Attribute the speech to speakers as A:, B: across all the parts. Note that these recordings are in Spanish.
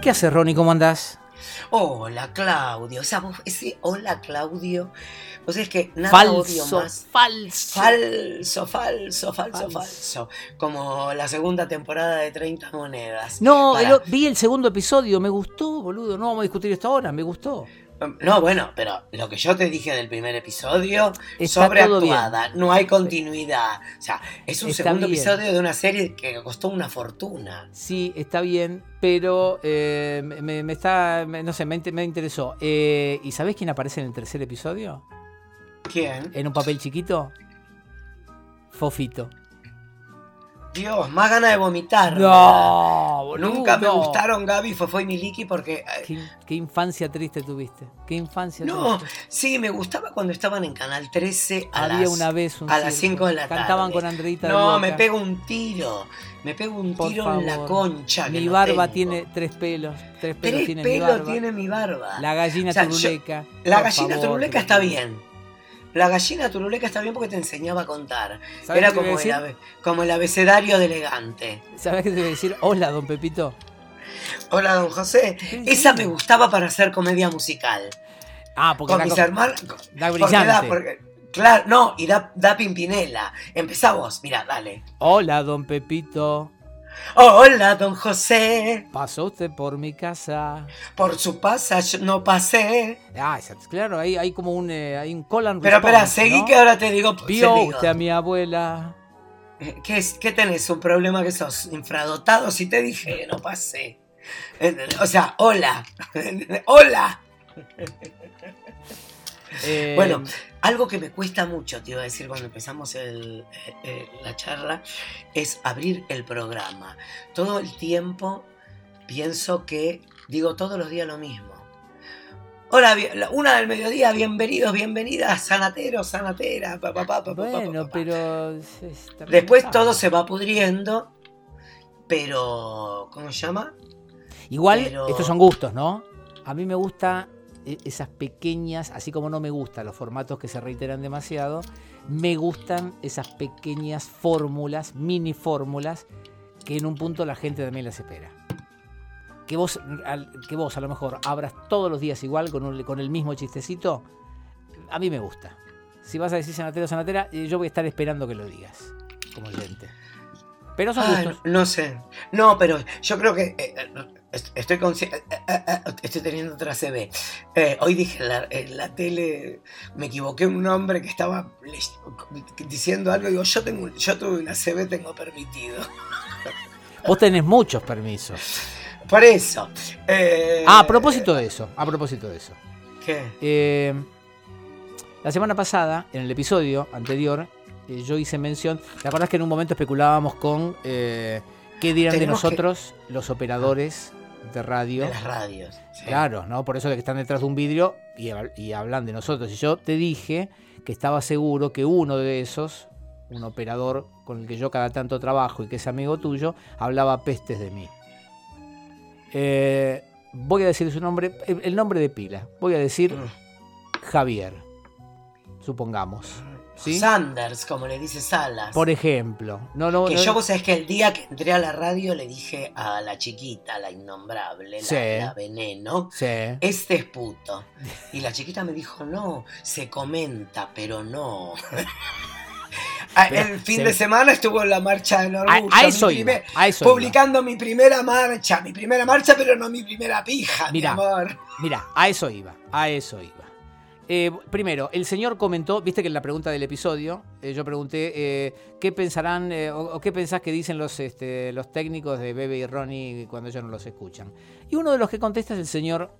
A: ¿Qué hace Ronnie? ¿Cómo andás?
B: Hola Claudio, o sea, vos, ese hola Claudio, pues es que nada odio
A: Falso,
B: más.
A: falso.
B: Falso, falso, falso,
A: Falso.
B: falso. Como la segunda temporada de 30 monedas.
A: no,
B: Para-
A: el o- vi el segundo episodio, me gustó, boludo. No vamos a discutir esto ahora, me gustó.
B: em, No, bueno, pero lo que yo te dije del primer episodio,
A: Está
B: sobreactuada, no hay continuidad. O sea, es un
A: Está
B: segundo
A: bien.
B: episodio de una serie que costó una fortuna.
A: Sí, está bien, pero eh, me, me está, me- no sé, me, inter- me interesó. Eh, ¿Y sabés quién aparece en el tercer episodio?
B: ¿Quién?
A: ¿En un papel chiquito? Fofito.
B: Dios, más ganas de vomitar.
A: No, boludo.
B: Nunca me gustaron Gaby, Fofo y Miliki porque... eh,
A: Qué, qué infancia triste tuviste. Qué infancia
B: No,
A: triste.
B: sí, me gustaba cuando estaban en Canal 13 a
A: Había
B: las...
A: una vez un
B: a las
A: circo.
B: cinco de la
A: Cantaban
B: tarde.
A: con Andreita de
B: No,
A: Boca.
B: me pego un tiro. Me pego un
A: Por
B: tiro en la
A: favor.
B: concha. Ah, que
A: Mi
B: no
A: barba
B: tengo.
A: tiene tres pelos. Tres pelos
B: Tres
A: tiene mi
B: pelos
A: barba.
B: tiene mi barba.
A: La gallina
B: O sea, yo-
A: turuleca.
B: La
A: Por
B: gallina
A: favor,
B: turuleca
A: te
B: está
A: pido.
B: bien. La gallina turuleca está bien porque te enseñaba a contar.
A: ¿Sabés
B: Era
A: qué te
B: eh.
A: voy a
B: como el,
A: decir?
B: abe- como el abecedario de elegante.
A: ¿Sabés qué te voy a decir? Hola, don Pepito.
B: Hola, don José.
A: Sí,
B: Esa
A: sí.
B: me gustaba para hacer comedia musical.
A: Ah, porque
B: Con
A: acá
B: mis
A: con-
B: hermanos.
A: da
B: porque
A: brillante.
B: da- porque- claro, no, y da, da pimpinela. Empezá vos, mira, dale.
A: Hola, don Pepito.
B: Hola, don José.
A: Pasó usted por mi casa.
B: Por su pasa yo no pasé.
A: Ah, esa- claro, hay, hay como un, eh, hay un call and
B: Pero espera,
A: response,
B: seguí
A: ¿no?
B: que ahora te digo.
A: Vio
B: te digo.
A: usted a mi abuela.
B: ¿Qué, es- qué tenés? ¿Un problema que sos infradotado? Si te dije que no pasé. ¿Entendés? O sea, hola. hola.
A: Eh,
B: Bueno, algo que me cuesta mucho, te iba a decir cuando empezamos el- eh, eh, la charla, es abrir el programa. Todo el tiempo pienso que digo todos los días lo mismo. Hola, bien- la una del mediodía, bienvenidos, bienvenidas, sanateros, sanateras, papá, papá, papá.
A: bueno, pero. es- es- también
B: Después
A: está.
B: todo se va pudriendo, pero ¿cómo se llama?
A: Igual,
B: pero-
A: estos son gustos, ¿no? A mí me gusta eh, esas pequeñas, así como no me gustan los formatos que se reiteran demasiado, me gustan esas pequeñas fórmulas, mini fórmulas, que en un punto la gente también las espera. Que vos, al- que vos a lo mejor abras todos los días igual con, un- con el mismo chistecito, a mí me gusta. Si vas a decir sanatera o sanatera, eh, yo voy a estar esperando que lo digas, como oyente. Pero son
B: Ay,
A: gustos.
B: no sé. No, pero yo creo que eh, eh, est- estoy consci- eh, eh, eh, estoy teniendo otra CB. Eh, hoy dije en la, en la tele, me equivoqué un hombre que estaba le- diciendo algo, digo, yo tengo un- yo tuve una CB, tengo permitido.
A: Vos tenés muchos permisos.
B: Por eso. eh,
A: Ah, a propósito de eso, a propósito de eso.
B: ¿Qué?
A: Eh, la semana pasada, en el episodio anterior, eh, yo hice mención. ¿Te acordás que en un momento especulábamos con eh, qué dirán de
B: Tenemos que-
A: nosotros los operadores de radio?
B: De las radios. sí.
A: Claro, ¿no? Por eso de que están detrás de un vidrio y, hab- y hablan de nosotros. Y yo te dije que estaba seguro que uno de esos, un operador con el que yo cada tanto trabajo y que es amigo tuyo, hablaba pestes de mí. Eh, voy a decir su nombre, el el nombre de pila. Voy a decir Javier, supongamos. ¿Sí?
B: Sanders, como le dice Salas.
A: Por ejemplo. No, no,
B: Que
A: no-
B: yo, vos sabés que el día que entré a la radio le dije a la chiquita, la innombrable, la,
A: Sí.
B: la veneno,
A: Sí.
B: este es puto. Y la chiquita me dijo, no, se comenta, pero no. Ah,
A: Pero
B: el fin
A: se-
B: de semana estuvo en la marcha del
A: A,
B: orgullo.
A: a
B: mi
A: eso iba,
B: primer-
A: a eso iba.
B: Publicando mi primera marcha, mi primera marcha, pero no mi primera pija,
A: Mirá.
B: mi amor.
A: Mira, a eso iba, a eso iba. Eh, primero, el señor comentó, viste que en la pregunta del episodio, eh, yo pregunté eh, qué pensarán eh, o, o qué pensás que dicen los, este, los técnicos de Bebe y Ronnie cuando ellos no los escuchan. Y uno de los que contesta es el señor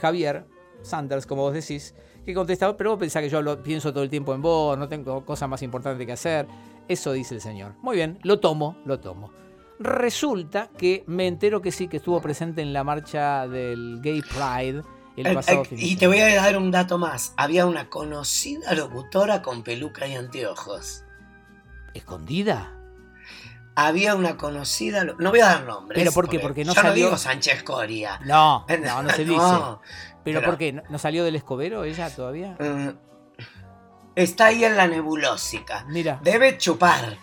A: Javier Sanders, como vos decís, que contesta, "Oh, pero vos pensás que yo hablo- pienso todo el tiempo en vos, no tengo cosa más importante que hacer. Eso dice el señor. Muy bien, lo tomo, lo tomo. Resulta que me entero que sí, que estuvo presente en la marcha del Gay Pride el
B: Eh,
A: pasado
B: eh,
A: fin de
B: y
A: semana.
B: te voy a dar un dato más. Había una conocida locutora con peluca y anteojos.
A: ¿Escondida?
B: Había una conocida, lo- no voy a dar nombres.
A: Pero ¿por qué? Porque no
B: yo
A: salió-
B: no digo Sánchez Coria.
A: No, no, no se dice.
B: No,
A: ¿Pero
B: pero-
A: por qué? ¿No- ¿No salió del escobero ella todavía?
B: mm, está ahí en la nebulósica.
A: Mira.
B: Debe
A: Ah.
B: chupar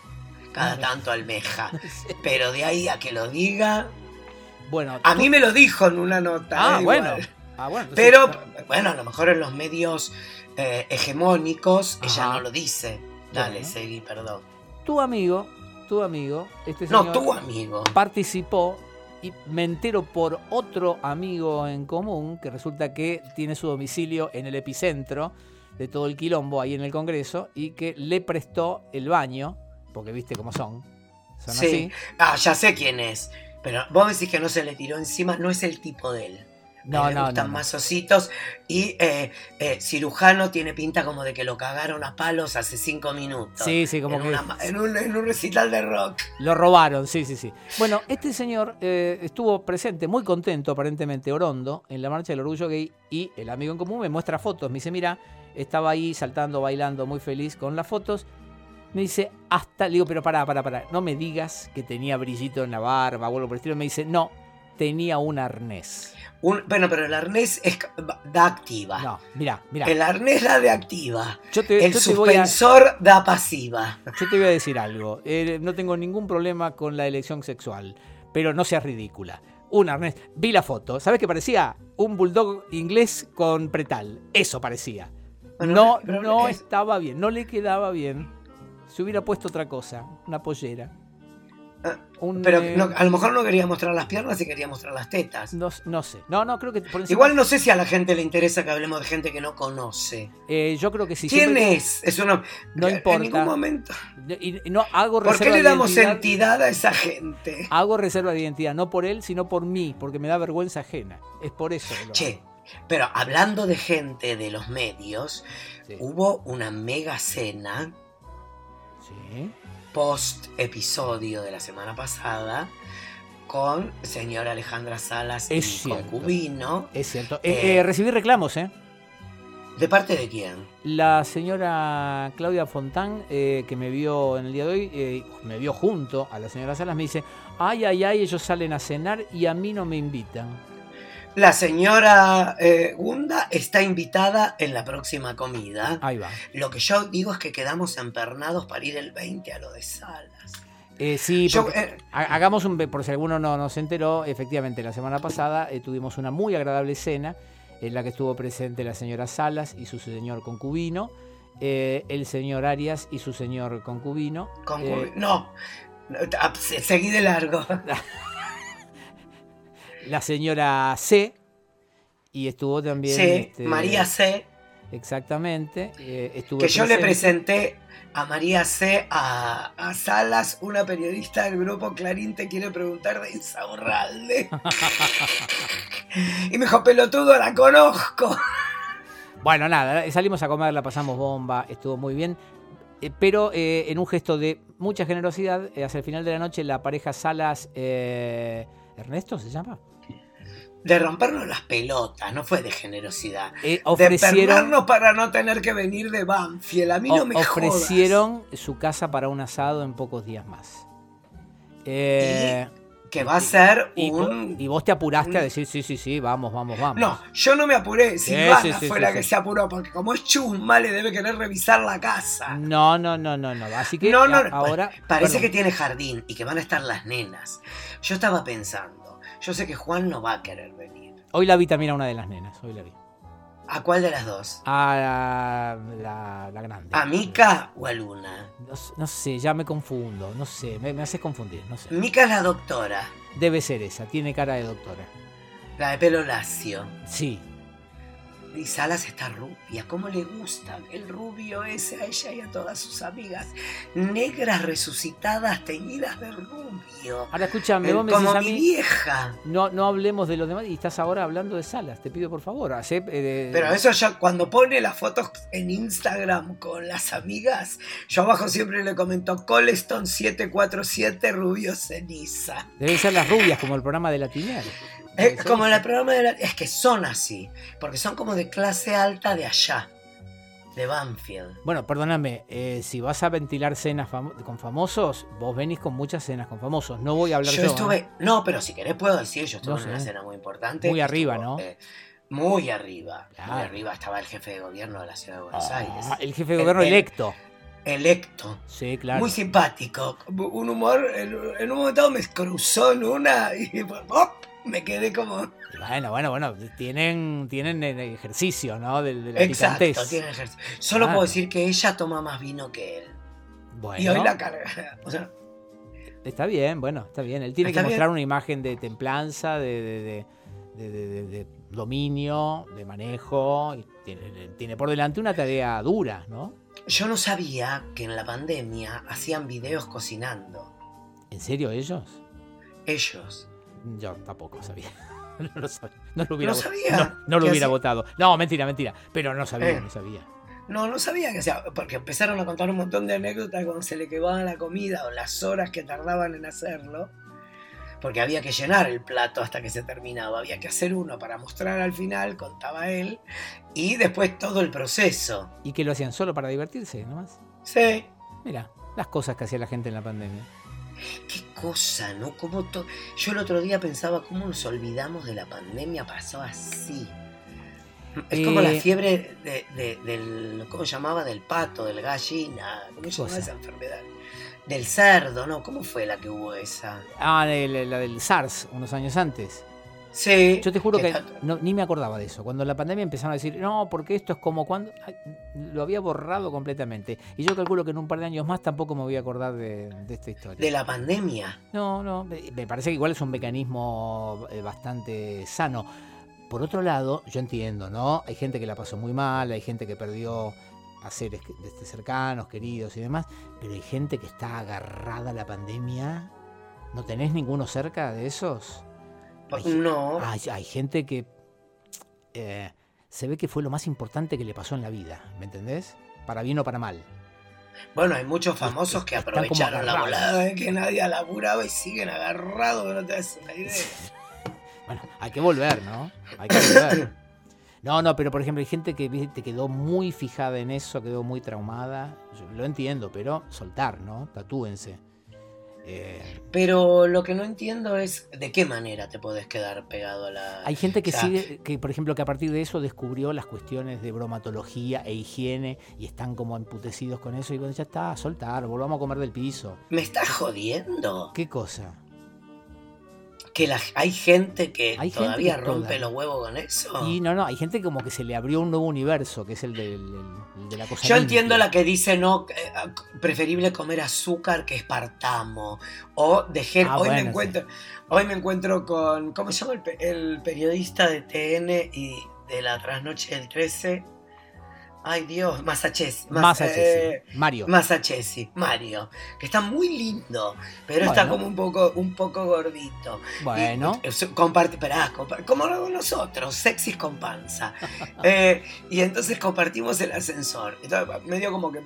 B: cada tanto almeja. Pero de ahí a que lo diga,
A: Bueno,
B: A
A: tú-
B: mí me lo dijo en una nota.
A: ah,
B: eh,
A: bueno.
B: igual.
A: Ah, bueno. entonces-
B: Pero, bueno, a lo mejor en los medios eh, hegemónicos ella
A: Ajá.
B: no lo dice. Dale,
A: Bueno.
B: seguí, perdón.
A: tu amigo, tu amigo, este señor
B: No, tu amigo.
A: participó y me entero por otro amigo en común que resulta que tiene su domicilio en el epicentro de todo el quilombo ahí en el Congreso y que le prestó el baño, porque viste cómo son. Son
B: Sí.
A: así.
B: Ah, ya sé quién es. Pero vos decís que no se le tiró encima, no es el tipo de él.
A: No,
B: le
A: no, no,
B: gustan
A: no.
B: más ositos. Y eh, eh, cirujano tiene pinta como de que lo cagaron a palos hace cinco minutos.
A: Sí, sí, como
B: en,
A: que
B: una ma- en un, en un recital de rock.
A: lo robaron, sí, sí, sí. Bueno, este señor eh, estuvo presente, muy contento aparentemente, Orondo, en la marcha del orgullo gay y el amigo en común me muestra fotos, me dice, mira, estaba ahí saltando, bailando, muy feliz con las fotos. Me dice, hasta, le digo, pero pará, pará, pará, no me digas que tenía brillito en la barba o algo por el estilo. Me dice, no, tenía un arnés.
B: Un- bueno, pero el arnés es, da activa.
A: No, mirá, mirá.
B: El arnés da de activa.
A: Yo te,
B: El
A: yo te voy a,
B: suspensor da pasiva.
A: yo te voy a decir algo. Eh, no tengo ningún problema con la elección sexual, pero no seas ridícula. Un arnés. Vi la foto. ¿Sabes qué parecía? Un bulldog inglés con pretal. Eso parecía.
B: Bueno,
A: no,
B: pero-
A: no
B: es-
A: estaba bien. No le quedaba bien. Se hubiera puesto otra cosa. Una pollera.
B: Ah,
A: Un,
B: Pero
A: eh,
B: no- a lo mejor no quería mostrar las piernas y quería mostrar las tetas.
A: no, no sé. No, no, creo que por encima-
B: Igual no sé si a la gente le interesa que hablemos de gente que no conoce.
A: Eh, yo creo que sí.
B: ¿Quién
A: siempre-
B: es? Es uno.
A: No
B: En
A: importa.
B: ningún momento.
A: Y, y no hago
B: ¿Por qué
A: reserva
B: le
A: de
B: damos
A: identidad.
B: entidad a esa gente?
A: Hago reserva de identidad, no por él, sino por mí, porque me da vergüenza ajena. Es por eso. que lo
B: Che, pero hablando de gente de los medios,
A: hago. Sí.
B: hubo una mega cena
A: Sí.
B: post episodio de la semana pasada con señora Alejandra Salas y
A: Es cierto.
B: concubino.
A: Es cierto.
B: Eh,
A: Eh, eh, recibí reclamos, ¿eh?
B: ¿De parte de quién?
A: La señora Claudia Fontán, eh, que me vio en el día de hoy, eh, me vio junto a la señora Salas, me dice, ay, ay, ay, ellos salen a cenar y a mí no me invitan.
B: La señora eh, Gunda está invitada en la próxima comida.
A: Ahí va.
B: Lo que yo digo es que quedamos empernados para ir el 20 a lo de Salas.
A: Eh, sí,
B: Yo,
A: porque-
B: eh,
A: ha- hagamos un, por si alguno no, no se enteró, efectivamente, la semana pasada eh, tuvimos una muy agradable cena en la que estuvo presente la señora Salas y su señor concubino, eh, el señor Arias y su señor concubino.
B: concubi-
A: eh,
B: No, no, ah, se- seguí de largo.
A: la señora C. Y estuvo también.
B: Sí,
A: este,
B: María C,
A: Exactamente. eh, estuvo
B: que yo le
A: presente.
B: presenté a María C a, a Salas, una periodista del grupo Clarín te quiere preguntar de Insaurralde. y me dijo, pelotudo, la conozco.
A: Bueno, nada, eh, salimos a comer, la pasamos bomba, estuvo muy bien. eh, Pero eh, en un gesto de mucha generosidad, eh, hacia el final de la noche, la pareja Salas. eh, ¿Ernesto se llama?
B: De rompernos las pelotas, no fue de generosidad.
A: Eh,
B: De
A: ofrecieron.
B: pernarnos para no tener que venir de Banfield. A mí no
A: o-
B: me jodas.
A: ofrecieron su casa para un asado en pocos días más. Eh,
B: Que va a ser
A: y, vo-
B: un...
A: y vos te apuraste
B: un-
A: a decir, sí, sí, sí, vamos, vamos, vamos.
B: No, yo no me apuré. Silvana
A: sí,
B: fue
A: sí,
B: la
A: sí.
B: que se apuró, porque como es chusma, le debe querer revisar la casa.
A: No, no, no, no, no. Así que
B: No, no,
A: a-
B: no,
A: ahora.
B: Parece
A: perdón.
B: que tiene jardín y que van a estar las nenas. Yo estaba pensando, yo sé que Juan no va a querer venir.
A: Hoy la vi también a una de las nenas, hoy la vi.
B: ¿A cuál de las dos?
A: A la, la- la grande.
B: ¿A Mica o a Luna?
A: No, s- no sé, ya me confundo, no sé, me, me haces confundir, no sé.
B: Mica es la doctora,
A: Debe ser esa, tiene cara de doctora.
B: la de pelo lacio.
A: Sí,
B: Y Salas está rubia, ¿cómo le gusta el rubio ese a ella y a todas sus amigas? Negras resucitadas, teñidas de rubio.
A: ahora escúchame, vos me
B: Eh, como
A: decís a
B: mi
A: mí,
B: vieja.
A: no, no hablemos de los demás y estás ahora hablando de Salas, te pido por favor, hace, eh,
B: Pero eso ya, cuando pone las fotos en Instagram con las amigas, yo abajo siempre le comento Coleston 747 Rubio Ceniza.
A: Deben ser las rubias, como el programa de la Tiner.
B: Es como en el programa de la... Es que son así, porque son como de clase alta de allá, de Banfield.
A: Bueno, perdóname, eh, si vas a ventilar cenas fam- con famosos, vos venís con muchas cenas con famosos, no voy a hablar
B: Yo
A: yo. ¿eh?
B: estuve... No, pero si querés puedo decir, yo estuve
A: No
B: en una
A: sé.
B: cena muy importante.
A: Muy arriba,
B: Estuvo,
A: ¿no?
B: eh, muy arriba. Muy
A: Claro.
B: arriba estaba el jefe de gobierno de la ciudad de Buenos Aires.
A: Ah, el jefe de
B: El-
A: gobierno
B: el-
A: electo.
B: Electo.
A: Sí, claro.
B: Muy simpático. Un humor, en, en un momento me cruzó en una y ¡op! me quedé como.
A: Bueno, bueno, bueno, tienen, tienen el ejercicio, ¿no? De, de la
B: Exacto,
A: picantez.
B: tiene ejercicio. Solo
A: Claro.
B: puedo decir que ella toma más vino que él.
A: Bueno,
B: Y hoy la carga. O sea,
A: está bien, bueno, está bien. Él tiene
B: Está
A: que
B: bien.
A: mostrar una imagen de templanza, de, de- de- de- de- de- de dominio, de manejo. y tiene, tiene por delante una tarea dura, ¿no?
B: yo no sabía que en la pandemia hacían videos cocinando.
A: ¿En serio ellos?
B: Ellos.
A: Yo tampoco sabía. No lo sabía. No lo hubiera,
B: No
A: vo-
B: sabía.
A: no- no lo
B: que
A: hubiera
B: hacía-
A: votado. No, mentira, mentira. Pero no sabía,
B: Eh.
A: no sabía.
B: No, no sabía que sea. Porque empezaron a contar un montón de anécdotas cuando se le quemaba la comida o las horas que tardaban en hacerlo. Porque había que llenar el plato hasta que se terminaba. Había que hacer uno para mostrar al final, contaba él. Y después todo el proceso.
A: Y que lo hacían solo para divertirse, nomás.
B: Sí.
A: Mira, las cosas que hacía la gente en la pandemia.
B: Qué cosa, ¿no? Cómo to- Yo el otro día pensaba cómo nos olvidamos de la pandemia, pasó así. Es como la
A: Eh,
B: fiebre de- de- del, ¿cómo se llamaba? Del pato, del gallina, ¿cómo
A: ¿Qué
B: se llamaba
A: cosa?
B: esa enfermedad? Del cerdo, ¿no? ¿Cómo fue la que hubo esa?
A: Ah, de- la, la del SARS, unos años antes.
B: Sí.
A: Yo te juro que
B: tanto-
A: no- ni me acordaba de eso. Cuando la pandemia empezaron a decir, no, porque esto es como cuando... Ay, Lo había borrado completamente. Y yo calculo que en un par de años más tampoco me voy a acordar de, de esta historia.
B: De la pandemia.
A: No, no, me me parece que igual es un mecanismo eh, bastante sano. Por otro lado, yo entiendo, ¿no? Hay gente que la pasó muy mal, hay gente que perdió a seres que- este, cercanos, queridos y demás, pero hay gente que está agarrada a la pandemia. ¿No tenés ninguno cerca de esos? Ay. ah.
B: No.
A: Hay, hay gente que eh, se ve que fue lo más importante que le pasó en la vida, ¿me entendés? Para bien o para mal.
B: Bueno, hay muchos famosos que
A: Están como
B: aprovecharon la
A: agarrados.
B: volada de que nadie laburaba y siguen agarrados, no te das una idea.
A: Bueno, hay que volver, ¿no? Hay que volver. No, no, pero por ejemplo, hay gente que viste, quedó muy fijada en eso, quedó muy traumada. Yo lo entiendo, pero soltar, ¿no? Tatúense. Eh,
B: Pero lo que no entiendo es de qué manera te podés quedar pegado a la.
A: hay gente que
B: Ya.
A: sigue, que por ejemplo, que a partir de eso descubrió las cuestiones de bromatología e higiene y están como emputecidos con eso y bueno, ya está, soltar, volvamos a comer del piso.
B: Me está jodiendo.
A: ¿Qué cosa?
B: Que la- hay gente que
A: Hay gente
B: todavía
A: que
B: rompe
A: toda-
B: los huevos con eso.
A: Y no, no, hay gente como que se le abrió un nuevo universo, que es el del, el- el de la cosa.
B: Yo entiendo
A: limpia.
B: la que dice no, que, eh, preferible comer azúcar que espartamo. O dejé.
A: Ah,
B: hoy,
A: bueno,
B: me encuentro, hoy me encuentro con. ¿Cómo se llama el, pe- el periodista de TN y de la trasnoche del 13? Ay Dios, Massachusetts. Mas-
A: Más
B: eh,
A: accesible. Mario.
B: Masachesi, Mario, que está muy lindo, pero está
A: Bueno.
B: como un poco, un poco gordito.
A: bueno.
B: Y- es- comparte, pará, compa- como lo- nosotros, sexys con panza. Eh, y entonces compartimos el ascensor. Entonces, medio como que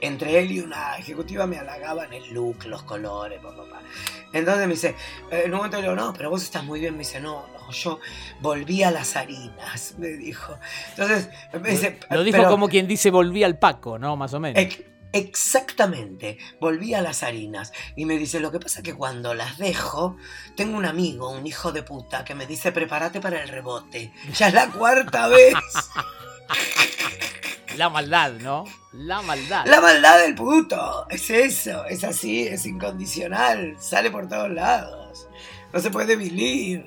B: entre él y una ejecutiva me halagaban el look, los colores, papá. Entonces me dice, eh, en un momento le digo, no, pero vos estás muy bien. Me dice, no, no, yo volví a las harinas, me dijo. Entonces me dice,
A: Eh, Lo dijo
B: "Pero- Eh,
A: como quien dice volví al Paco, ¿no? Más o menos.
B: Ex- Exactamente, volví a las harinas y me dice, lo que pasa es que cuando las dejo, tengo un amigo, un hijo de puta, que me dice, prepárate para el rebote. Ya es la cuarta vez.
A: La maldad, ¿no? La maldad.
B: La maldad del puto. Es eso, es así, es incondicional, sale por todos lados. No se puede vivir.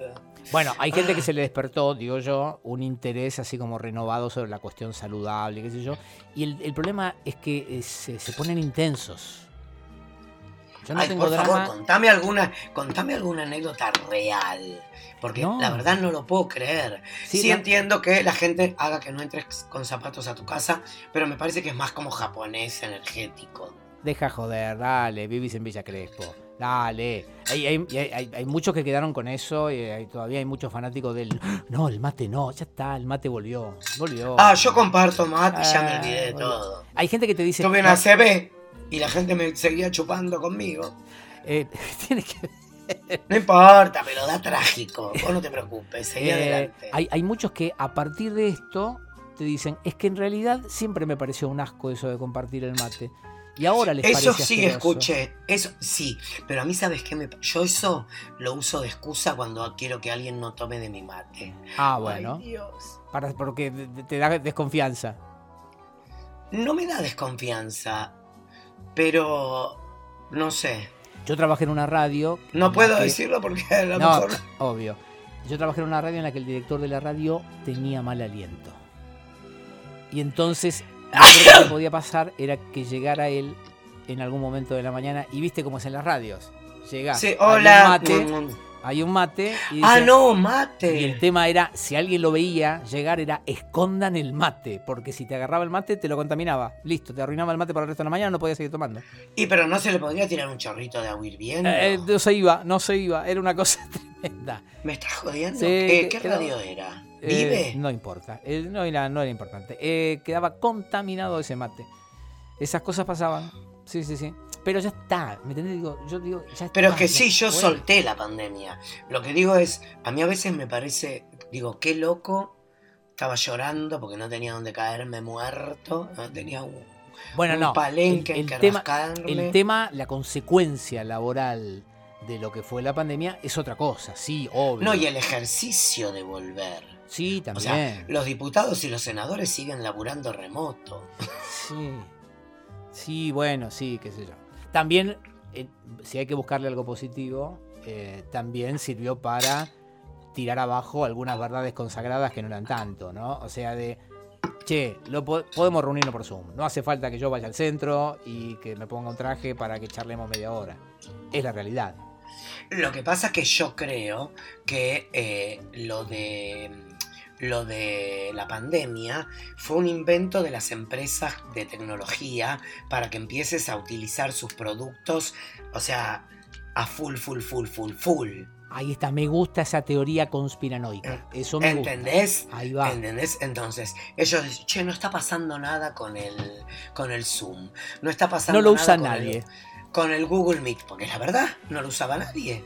A: Bueno, hay gente que se le despertó, digo yo, un interés así como renovado sobre la cuestión saludable, qué sé yo. Y el, el problema es que eh, se, se ponen intensos. Yo no
B: Ay,
A: tengo
B: por favor,
A: drama.
B: contame alguna, contame alguna anécdota real. Porque
A: No.
B: la verdad no lo puedo creer. Sí,
A: no-
B: entiendo que la gente haga que no entres con zapatos a tu casa, pero me parece que es más como japonés energético.
A: Deja joder, dale, vivís en Villa Crespo. Dale. Hay, hay- y hay- hay- hay muchos que quedaron con eso y hay- todavía hay muchos fanáticos del. No, el mate no, ya está, el mate volvió. Volvió.
B: Ah, yo comparto mate y ya me
A: Oh. Ah,
B: olvidé de
A: bueno.
B: todo.
A: Hay gente que te dice.
B: Tuve
A: "No,
B: una CB y la gente me seguía chupando conmigo.
A: Eh, tiene que-
B: No importa, me lo da trágico. Vos no te preocupes, seguí
A: Eh,
B: adelante.
A: hay, hay muchos que a partir de esto te dicen, es que en realidad siempre me pareció un asco eso de compartir el mate. Y ahora les
B: Eso
A: parece
B: sí,
A: asqueroso.
B: escuché. Eso sí, pero a mí, ¿sabes qué? Me, yo eso lo uso de excusa cuando quiero que alguien no tome de mi mate.
A: Ah, bueno,
B: Ay, Dios.
A: para, porque te- te da desconfianza.
B: No me da desconfianza, pero no sé.
A: Yo trabajé en una radio. en
B: No
A: la
B: puedo
A: que-
B: decirlo porque a lo
A: No,
B: mejor
A: obvio. Yo trabajé en una radio en la que el director de la radio tenía mal aliento. Y entonces, lo único que podía pasar era que llegara él en algún momento de la mañana. Y viste cómo es en las radios. Llega.
B: Sí, hola. Mm,
A: Hay un mate. Hay un mate y
B: Ah,
A: dice-
B: no,
A: Y el
B: mate.
A: tema era, si alguien lo veía llegar, era escondan el mate, porque si te agarraba el mate te lo contaminaba. Listo, te arruinaba el mate para el resto de la mañana, no podías seguir tomando.
B: Y pero no se le podría tirar un chorrito de agua hirviendo.
A: Eh, no se iba, no se iba, era una cosa tremenda.
B: ¿Me estás jodiendo?
A: Sí,
B: Eh, ¿Qué
A: que-
B: radio era?
A: Eh,
B: ¿Vive?
A: no importa, eh, no, era, no era importante. Eh, quedaba contaminado ese mate. Esas cosas pasaban, sí, sí, sí. Pero ya está, ¿me entendés? Digo, yo digo, ya
B: Pero es
A: está,
B: que
A: Ah, ya
B: sí, yo
A: fue.
B: solté la pandemia. Lo que digo es, a mí a veces me parece, digo, qué loco. Estaba llorando porque no tenía dónde caerme muerto, no tenía un,
A: Bueno,
B: un
A: no.
B: palenque
A: el,
B: en
A: el
B: que
A: tema,
B: rascarme.
A: El tema, la consecuencia laboral de lo que fue la pandemia es otra cosa, sí, obvio.
B: No, y el ejercicio de volver.
A: Sí,
B: O
A: también.
B: sea, los diputados y los senadores siguen laburando remoto.
A: Sí. Sí, bueno, sí, qué sé yo. También, eh, si hay que buscarle algo positivo, eh, también sirvió para tirar abajo algunas verdades consagradas que no eran tanto, ¿no? O sea, de, che, lo po- podemos reunirnos por Zoom. No hace falta que yo vaya al centro y que me ponga un traje para que charlemos media hora. Es la realidad.
B: Lo que pasa es que yo creo que eh, lo de lo de la pandemia fue un invento de las empresas de tecnología para que empieces a utilizar sus productos, o sea, a full, full, full, full, full.
A: Ahí está, me gusta esa teoría conspiranoica. Eso me gusta.
B: ¿Entendés?
A: Ahí va.
B: ¿Entendés? Entonces, ellos dicen, che, no está pasando nada con el, con el Zoom. No está pasando
A: No lo
B: nada
A: usa
B: con el-
A: nadie.
B: con el Google Meet, porque la verdad no lo usaba nadie.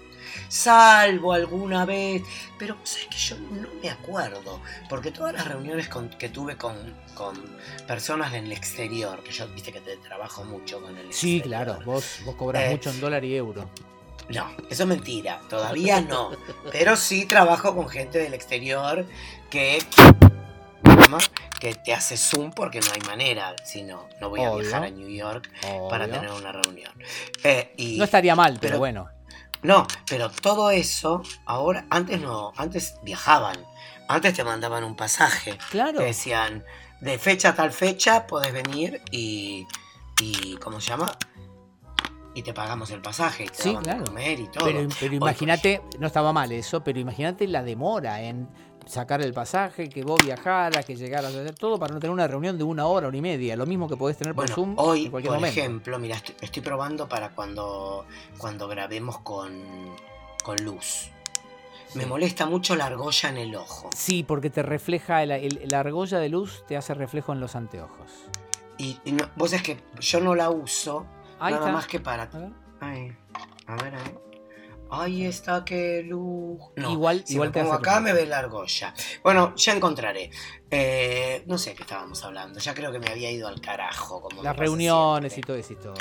B: Salvo alguna vez, pero sabes que yo no me acuerdo, porque todas las reuniones con- que tuve con, con personas del exterior, que yo viste que te trabajo mucho con el
A: Sí,
B: exterior.
A: claro. Vos, vos cobras
B: Eh,
A: mucho en dólar y euro.
B: No, eso es mentira, todavía no. Pero sí trabajo con gente del exterior que, que te hace Zoom porque no hay manera, si no, no voy a
A: Obvio.
B: viajar a New York para
A: Obvio.
B: tener una reunión. Eh, y,
A: No estaría mal, pero,
B: Pero-
A: bueno.
B: No, pero todo eso, ahora, antes no, antes viajaban, antes te mandaban un pasaje,
A: Claro.
B: te decían, de fecha a tal fecha podés venir y, y ¿cómo se llama? Y te pagamos el pasaje, y te
A: Sí,
B: daban de
A: claro.
B: comer y todo.
A: Pero, pero
B: Hoy,
A: imagínate, no estaba mal eso, pero imagínate la demora en sacar el pasaje, que vos viajaras, que llegaras, todo para no tener una reunión de una hora, hora y media. Lo mismo que podés tener por
B: Bueno,
A: Zoom en
B: hoy, por
A: cualquier momento.
B: ejemplo, mira, estoy, estoy probando para cuando, cuando grabemos con, con luz. Me molesta mucho la argolla en el ojo.
A: Sí, porque te refleja, el- el- la argolla de luz te hace reflejo en los anteojos.
B: Y, y no- vos es que yo no la uso
A: Ahí
B: nada
A: está.
B: más que para
A: A ver.
B: Ay, a ver, a ver. Ahí está, qué lujo. No,
A: Igual-
B: si
A: igual
B: me
A: te
B: pongo
A: hace
B: acá
A: ruido.
B: me ve la argolla. Bueno, ya encontraré. Eh, no sé de qué estábamos hablando. Ya creo que me había ido al carajo. Como me
A: Las
B: pasa
A: reuniones y
B: siempre.
A: todo eso. y todo.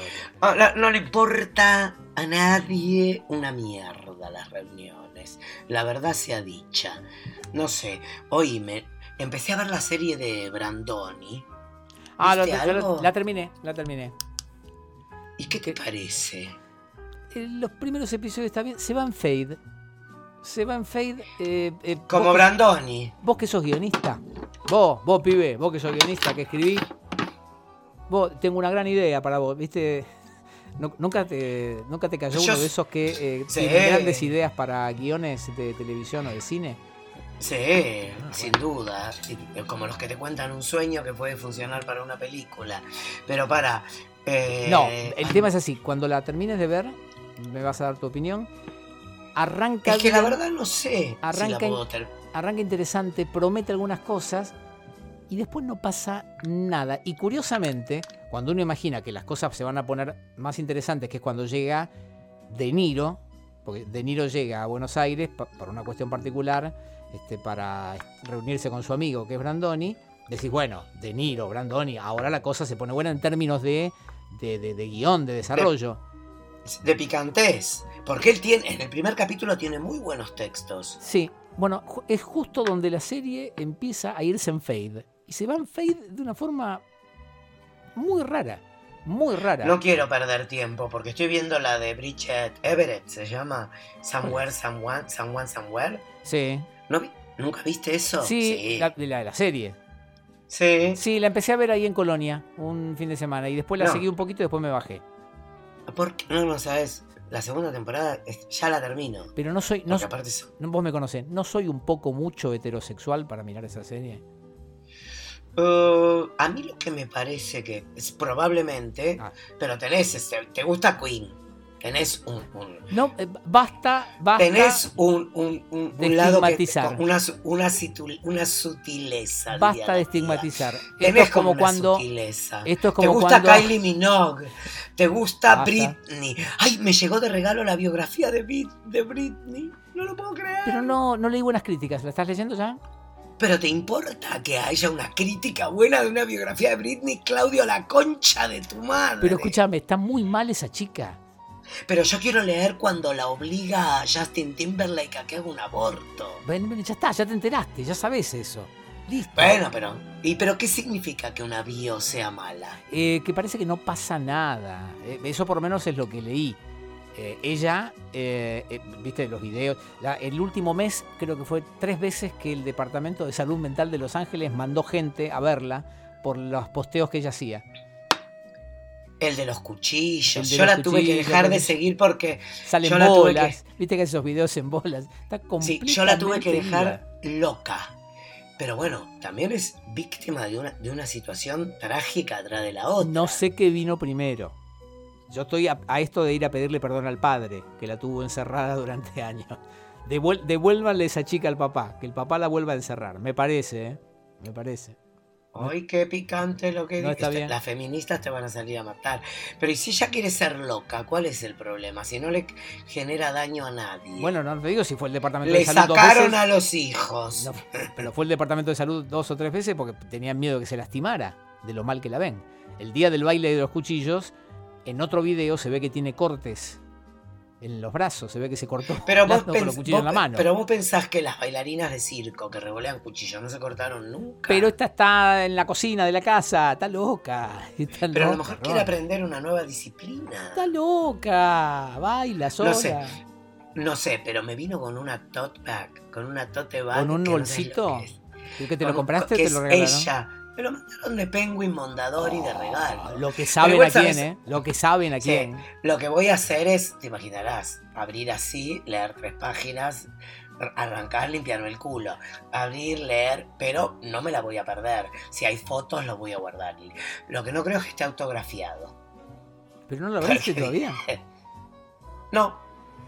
B: Ah, la- no le importa a nadie una mierda las reuniones. La verdad sea dicha. No sé, oíme. Empecé a ver la serie de Brandoni.
A: Ah, lo-
B: ¿Viste
A: ya lo-
B: algo?
A: la terminé, la terminé.
B: ¿Y qué te parece?
A: Eh, Los primeros episodios está bien, se va en fade. Se va en fade. eh, eh,
B: Como
A: vos,
B: Brandoni.
A: vos que sos guionista. Vos, vos pibe, vos que sos guionista, que escribí. Vos, tengo una gran idea para vos, ¿viste? Nu- Nunca te, nunca te cayó
B: Yo
A: uno de
B: s-
A: esos que eh,
B: Sí.
A: tienen grandes ideas para guiones de televisión o de cine.
B: Sí,
A: Ah,
B: sin duda. Como los que te cuentan un sueño que puede funcionar para una película. Pero para. eh,
A: No, el tema es así, cuando la termines de ver, me vas a dar tu opinión. Arranca
B: Es que la
A: bien.
B: verdad no sé. si la
A: Arranca en-
B: puedo ter-
A: arranca interesante, promete algunas cosas y después no pasa nada. Y curiosamente, cuando uno imagina que las cosas se van a poner más interesantes, que es cuando llega De Niro, porque De Niro llega a Buenos Aires pa- por una cuestión particular, este, para reunirse con su amigo que es Brandoni, decís, bueno, De Niro, Brandoni, ahora la cosa se pone buena en términos de, de, de- de guión, de desarrollo.
B: De picantes. Porque él tiene. En el primer capítulo tiene muy buenos textos.
A: Sí, bueno, ju- es justo donde la serie empieza a irse en fade. Y se va en fade de una forma muy rara. muy rara.
B: No quiero perder tiempo porque estoy viendo la de Bridget Everett, se llama Somewhere, Someone, Someone, Somewhere.
A: Sí.
B: ¿No vi- ¿Nunca viste eso?
A: Sí,
B: Sí.
A: La, de la de la serie.
B: Sí.
A: Sí, la empecé a ver ahí en Colonia un fin de semana y después la
B: No.
A: seguí un poquito y después me bajé.
B: ¿Por qué? No, no sabes. La segunda temporada es- ya la termino.
A: Pero no soy, no,
B: Porque aparte es-
A: no- vos me conocés, no soy un poco mucho heterosexual para mirar esa serie.
B: Eh, a mí lo que me parece que es probablemente,
A: Ah.
B: pero tenés, ese- te gusta Queen, tenés un, un-
A: No, eh, basta, basta.
B: tenés un, un- un-
A: de
B: un lado que,
A: estigmatizar.
B: una, su- una, situ- una sutileza. diría
A: Basta
B: la
A: de
B: tía.
A: estigmatizar. Esto
B: Tenés
A: es como
B: una
A: cuando.
B: sutileza.
A: Esto es
B: Te
A: como
B: gusta
A: cuando.
B: Kylie Minogue, te gusta
A: Basta.
B: Britney. Ay, me llegó de regalo la biografía de, Brit- de Britney. No lo puedo creer.
A: Pero no, no leí buenas críticas. ¿La estás leyendo ya?
B: Pero ¿te importa que haya una crítica buena de una biografía de Britney, Claudio, la concha de tu madre?
A: Pero escúchame, está muy mal esa chica.
B: Pero yo quiero leer cuando la obliga a Justin Timberlake a que haga un aborto.
A: Ven, ven, ya está, ya te enteraste, ya sabes eso. Listo.
B: Bueno, pero. ¿Y pero qué significa que una bio sea mala?
A: Eh, que parece que no pasa nada. Eh, eso por lo menos es lo que leí. Eh, ella, eh, eh, viste los videos, la- el último mes creo que fue tres veces que el Departamento de Salud Mental de Los Ángeles mandó gente a verla por los posteos que ella hacía.
B: El de los cuchillos.
A: El de
B: yo
A: los
B: la tuve que
A: cuchillos,
B: dejar de
A: porque-
B: seguir porque.
A: Salen
B: Yo la tuve
A: bolas, viste que esos videos en bolas. Está
B: Sí,
A: completamente
B: yo la tuve que
A: ida.
B: dejar loca. Pero bueno, también es víctima de una, de una situación trágica atrás de la otra.
A: No sé qué vino primero. Yo estoy a, a esto de ir a pedirle perdón al padre, que la tuvo encerrada durante años. Devuel- devuélvanle esa chica al papá, que el papá la vuelva a encerrar. Me parece, ¿eh? Me parece.
B: Ay, qué picante lo que
A: No,
B: dices.
A: está bien.
B: Las feministas te van a salir a matar. Pero ¿y si ella quiere ser loca? ¿Cuál es el problema? Si no le genera daño a nadie.
A: Bueno, no te digo si fue el departamento
B: le
A: de salud dos
B: sacaron
A: veces.
B: a los hijos.
A: No, pero fue el departamento de salud dos o tres veces porque tenían miedo que se lastimara de lo mal que la ven. El día del baile de los cuchillos, en otro video se ve que tiene cortes en los brazos, se ve que se cortó
B: Pero vos,
A: bailando con los
B: pens-
A: cuchillos en la
B: vos-
A: mano.
B: pero vos pensás que las bailarinas de circo que revolean cuchillos no se cortaron nunca.
A: Pero esta está en la cocina de la casa, está loca. Está
B: Pero a lo
A: loca,
B: mejor
A: Ron.
B: quiere aprender una nueva disciplina.
A: Está loca, baila sola.
B: sé, No sé, pero me vino con una tote bag, con una tote bag.
A: ¿Con un
B: que no sé lo
A: bolsito?
B: que es.
A: ¿Y que te lo
B: Con un-
A: compraste?
B: que
A: ¿Te lo
B: es
A: regalaron?
B: ella. Me lo mandaron de Penguin Mondadori de regalo.
A: Lo que saben
B: igual
A: a quién,
B: sabes-
A: ¿eh? Lo que saben a
B: Sí.
A: quién.
B: Lo que voy a hacer es, te imaginarás, abrir así, leer tres páginas, ar- arrancar, limpiarme el culo, abrir, leer, pero no me la voy a perder. Si hay fotos, los voy a guardar. Lo que no creo es que esté autografiado.
A: Pero no lo abriste
B: Porque-
A: todavía.
B: No,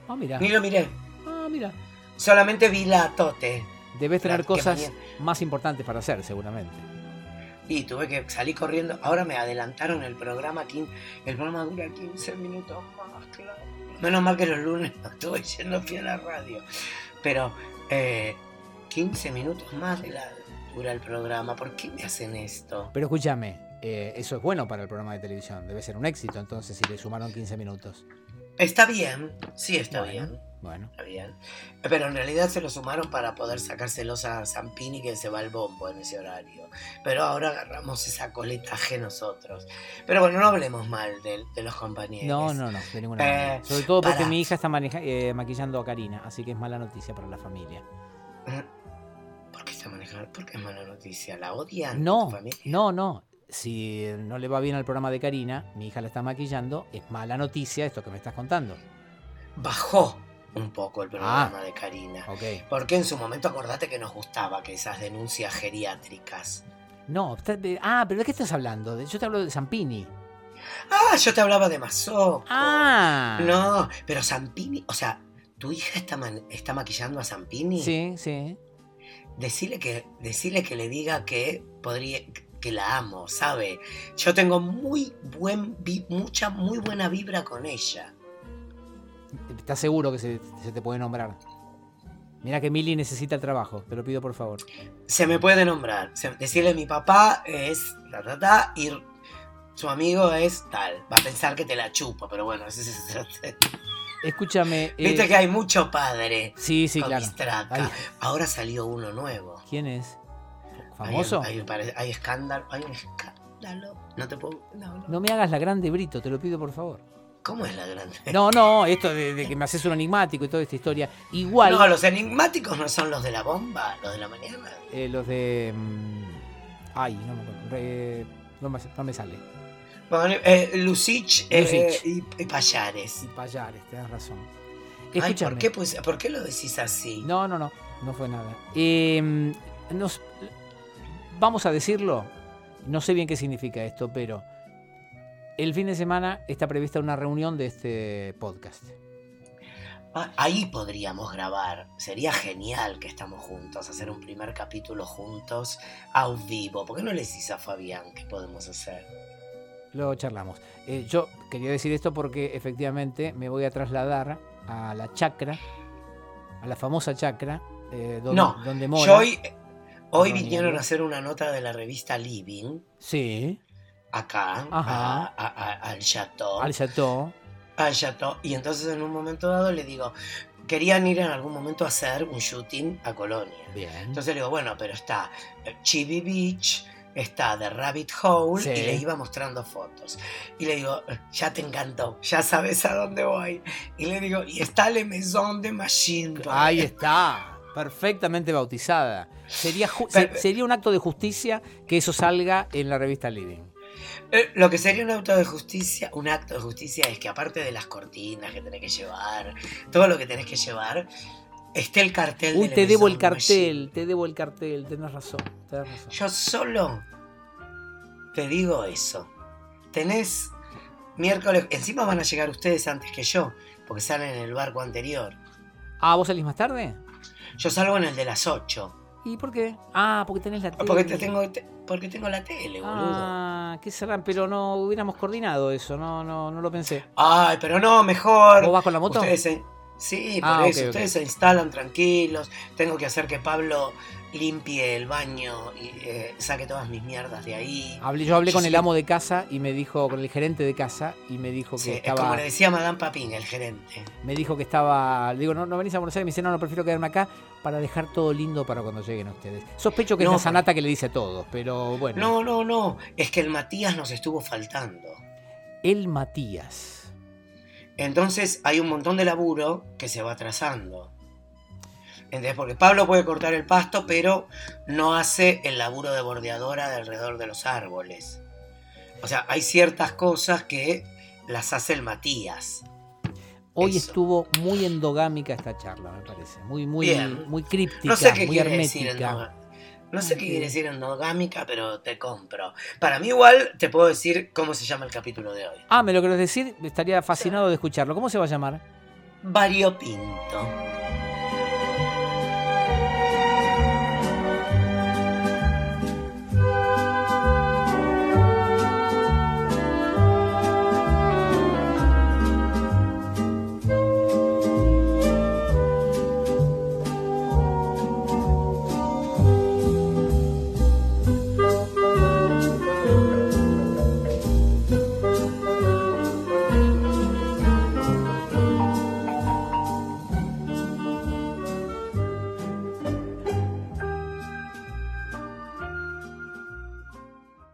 A: Ah, mira.
B: ni lo miré.
A: Ah, mira.
B: Solamente vi la tote.
A: Debes tener
B: Claro, qué
A: cosas
B: manía.
A: más importantes para hacer, seguramente.
B: Y tuve que salir corriendo. Ahora me adelantaron el programa. quin- El programa dura 15 minutos más, claro. Menos mal que los lunes no estuve yendo fui a la radio. Pero eh, 15 minutos más de la- dura el programa. ¿Por qué me hacen esto?
A: Pero escúchame, eh, eso es bueno para el programa de televisión. Debe ser un éxito, entonces, si le sumaron 15 minutos.
B: Está bien. Sí, está
A: Bueno.
B: bien.
A: Bueno.
B: Está bien. Pero en realidad se lo sumaron para poder sacárselos a Zampini que se va al bombo en ese horario. Pero ahora agarramos esa coletaje nosotros. Pero bueno, no hablemos mal del- de, los compañeros.
A: No, no, no, de ninguna
B: Eh,
A: manera. Sobre todo porque
B: pará.
A: mi hija está maneja- eh, maquillando a Karina, así que es mala noticia para la familia.
B: ¿Por qué está manejando? ¿Por qué es mala noticia? ¿La odian?
A: No,
B: Ah, tu familia?
A: no, no. Si no le va bien al programa de Karina, mi hija la está maquillando, es mala noticia esto que me estás contando.
B: Bajó un poco el
A: Ah.
B: programa de Karina.
A: Ok.
B: Porque en su momento acordate que nos gustaba que esas denuncias geriátricas.
A: No, está- de- ah, pero ¿de qué estás hablando? De- Yo te hablo de Zampini.
B: Ah, yo te hablaba de Mazó.
A: Ah.
B: No, pero Zampini, o sea, tu hija está, man- está maquillando a Zampini.
A: Sí, sí.
B: Decile que, decile que le diga que podría que la amo, ¿sabe? Yo tengo muy buen vi- mucha muy buena vibra con ella.
A: Estás seguro que se, se te puede nombrar. Mira que Mili necesita el trabajo, te lo pido por favor.
B: se me puede nombrar. Se- decirle mi papá es ta ta ta y r- su amigo es tal. Va a pensar que te la chupa, pero bueno, ese es-
A: Escúchame. eh,
B: Viste que hay mucho padre
A: Sí, sí,
B: con
A: claro.
B: distraca.
A: Ay,
B: Ahora salió uno nuevo.
A: ¿Quién es?
B: Hay-
A: ¿Famoso?
B: Hay, pare- hay escándalo, hay un escándalo. Lalo. No te puedo. No, no.
A: No me hagas la grande brito, te lo pido por favor.
B: ¿Cómo es la grande?
A: No, no, esto de, de que me haces un enigmático y toda esta historia. Igual
B: No, los enigmáticos no son los de la bomba, los de la mañana.
A: eh, los de. mm, Ay, no me acuerdo. re- no, me, no me sale.
B: Bueno, eh, Lucich, eh,
A: Lucich.
B: y, y Payares.
A: Y Payares, tenés razón.
B: Ay, ¿por,
A: Escúchame.
B: qué, pus- ¿Por qué lo decís así?
A: No, no, no, no fue nada. Eh, nos, vamos a decirlo, no sé bien qué significa esto, pero el fin de semana está prevista una reunión de este podcast.
B: Ah, Ahí podríamos grabar. Sería genial que estamos juntos, hacer un primer capítulo juntos a vivo. ¿Por qué no le decís a Fabián qué podemos hacer?
A: Lo charlamos. Eh, yo quería decir esto porque efectivamente me voy a trasladar a la chacra, a la famosa chacra, eh, donde,
B: No,
A: donde
B: Yo
A: mora.
B: hoy, hoy
A: Perdón,
B: vinieron
A: Diego.
B: a hacer una nota de la revista Living,
A: Sí,
B: acá,
A: Ajá.
B: a- a- a- al Chateau.
A: al chateau.
B: al Chateau. Y entonces en un momento dado le digo, querían ir en algún momento a hacer un shooting a Colonia.
A: Bien.
B: Entonces le digo, bueno, pero está eh, Chibi Beach, está The Rabbit Hole,
A: Sí.
B: y le iba mostrando fotos. Y le digo, ya te encantó, ya sabes a dónde voy. Y le digo, y está Le Maison de Machine. Gun".
A: Ahí está, perfectamente bautizada. Sería, ju- se-
B: Pero-
A: sería un acto de justicia que eso salga en la revista Living.
B: Eh, Lo que sería un acto de justicia, un acto de justicia es que aparte de las cortinas que tenés que llevar, todo lo que tenés que llevar, esté el cartel de
A: Uy,
B: Le
A: te debo
B: Maison
A: el
B: de Machine
A: cartel, te debo el cartel, tenés razón, tenés razón.
B: Yo solo te digo eso. Tenés miércoles. Encima van a llegar ustedes antes que yo, porque salen en el barco anterior.
A: Ah, ¿vos salís más tarde?
B: Yo salgo en el de las 8.
A: ¿Y por qué? Ah, porque tenés la tele.
B: Porque te tengo, te- porque tengo la tele, boludo.
A: Ah, qué serán, pero no hubiéramos coordinado eso, no, no, no lo pensé.
B: Ay, pero no, mejor.
A: ¿Vos vas con la moto?
B: Ustedes se- sí, por
A: Ah, ok,
B: eso.
A: ok.
B: Ustedes se instalan tranquilos. Tengo que hacer que Pablo limpie el baño y eh, saque todas mis mierdas de ahí.
A: Hablé- yo hablé
B: Yo
A: con
B: sí.
A: el amo de casa y me dijo, con el gerente de casa, y me dijo que
B: Sí, es como
A: estaba.
B: le decía Madame Papín, el gerente.
A: Me dijo que estaba. Le digo, no, no venís a Buenos Aires. Me dice, no, no, prefiero quedarme acá para dejar todo lindo para cuando lleguen ustedes. Sospecho que
B: No,
A: es la sanata que le dice a todos, pero bueno.
B: No, no, no. Es que el Matías nos estuvo faltando.
A: El Matías.
B: Entonces hay un montón de laburo que se va atrasando. ¿Entendés? Porque Pablo puede cortar el pasto, pero no hace el laburo de bordeadora de alrededor de los árboles. O sea, hay ciertas cosas que las hace el Matías.
A: Hoy
B: Eso.
A: estuvo muy endogámica esta charla, me parece. Muy, muy,
B: Bien.
A: muy críptica,
B: No sé qué
A: muy
B: quiere decir
A: hermética.
B: endoga- No sé
A: Ah,
B: qué
A: sí.
B: quiere decir endogámica, pero te compro. Para mí igual te puedo decir cómo se llama el capítulo de hoy.
A: Ah, me lo querés decir, estaría fascinado de escucharlo. ¿Cómo se va a llamar?
B: Variopinto.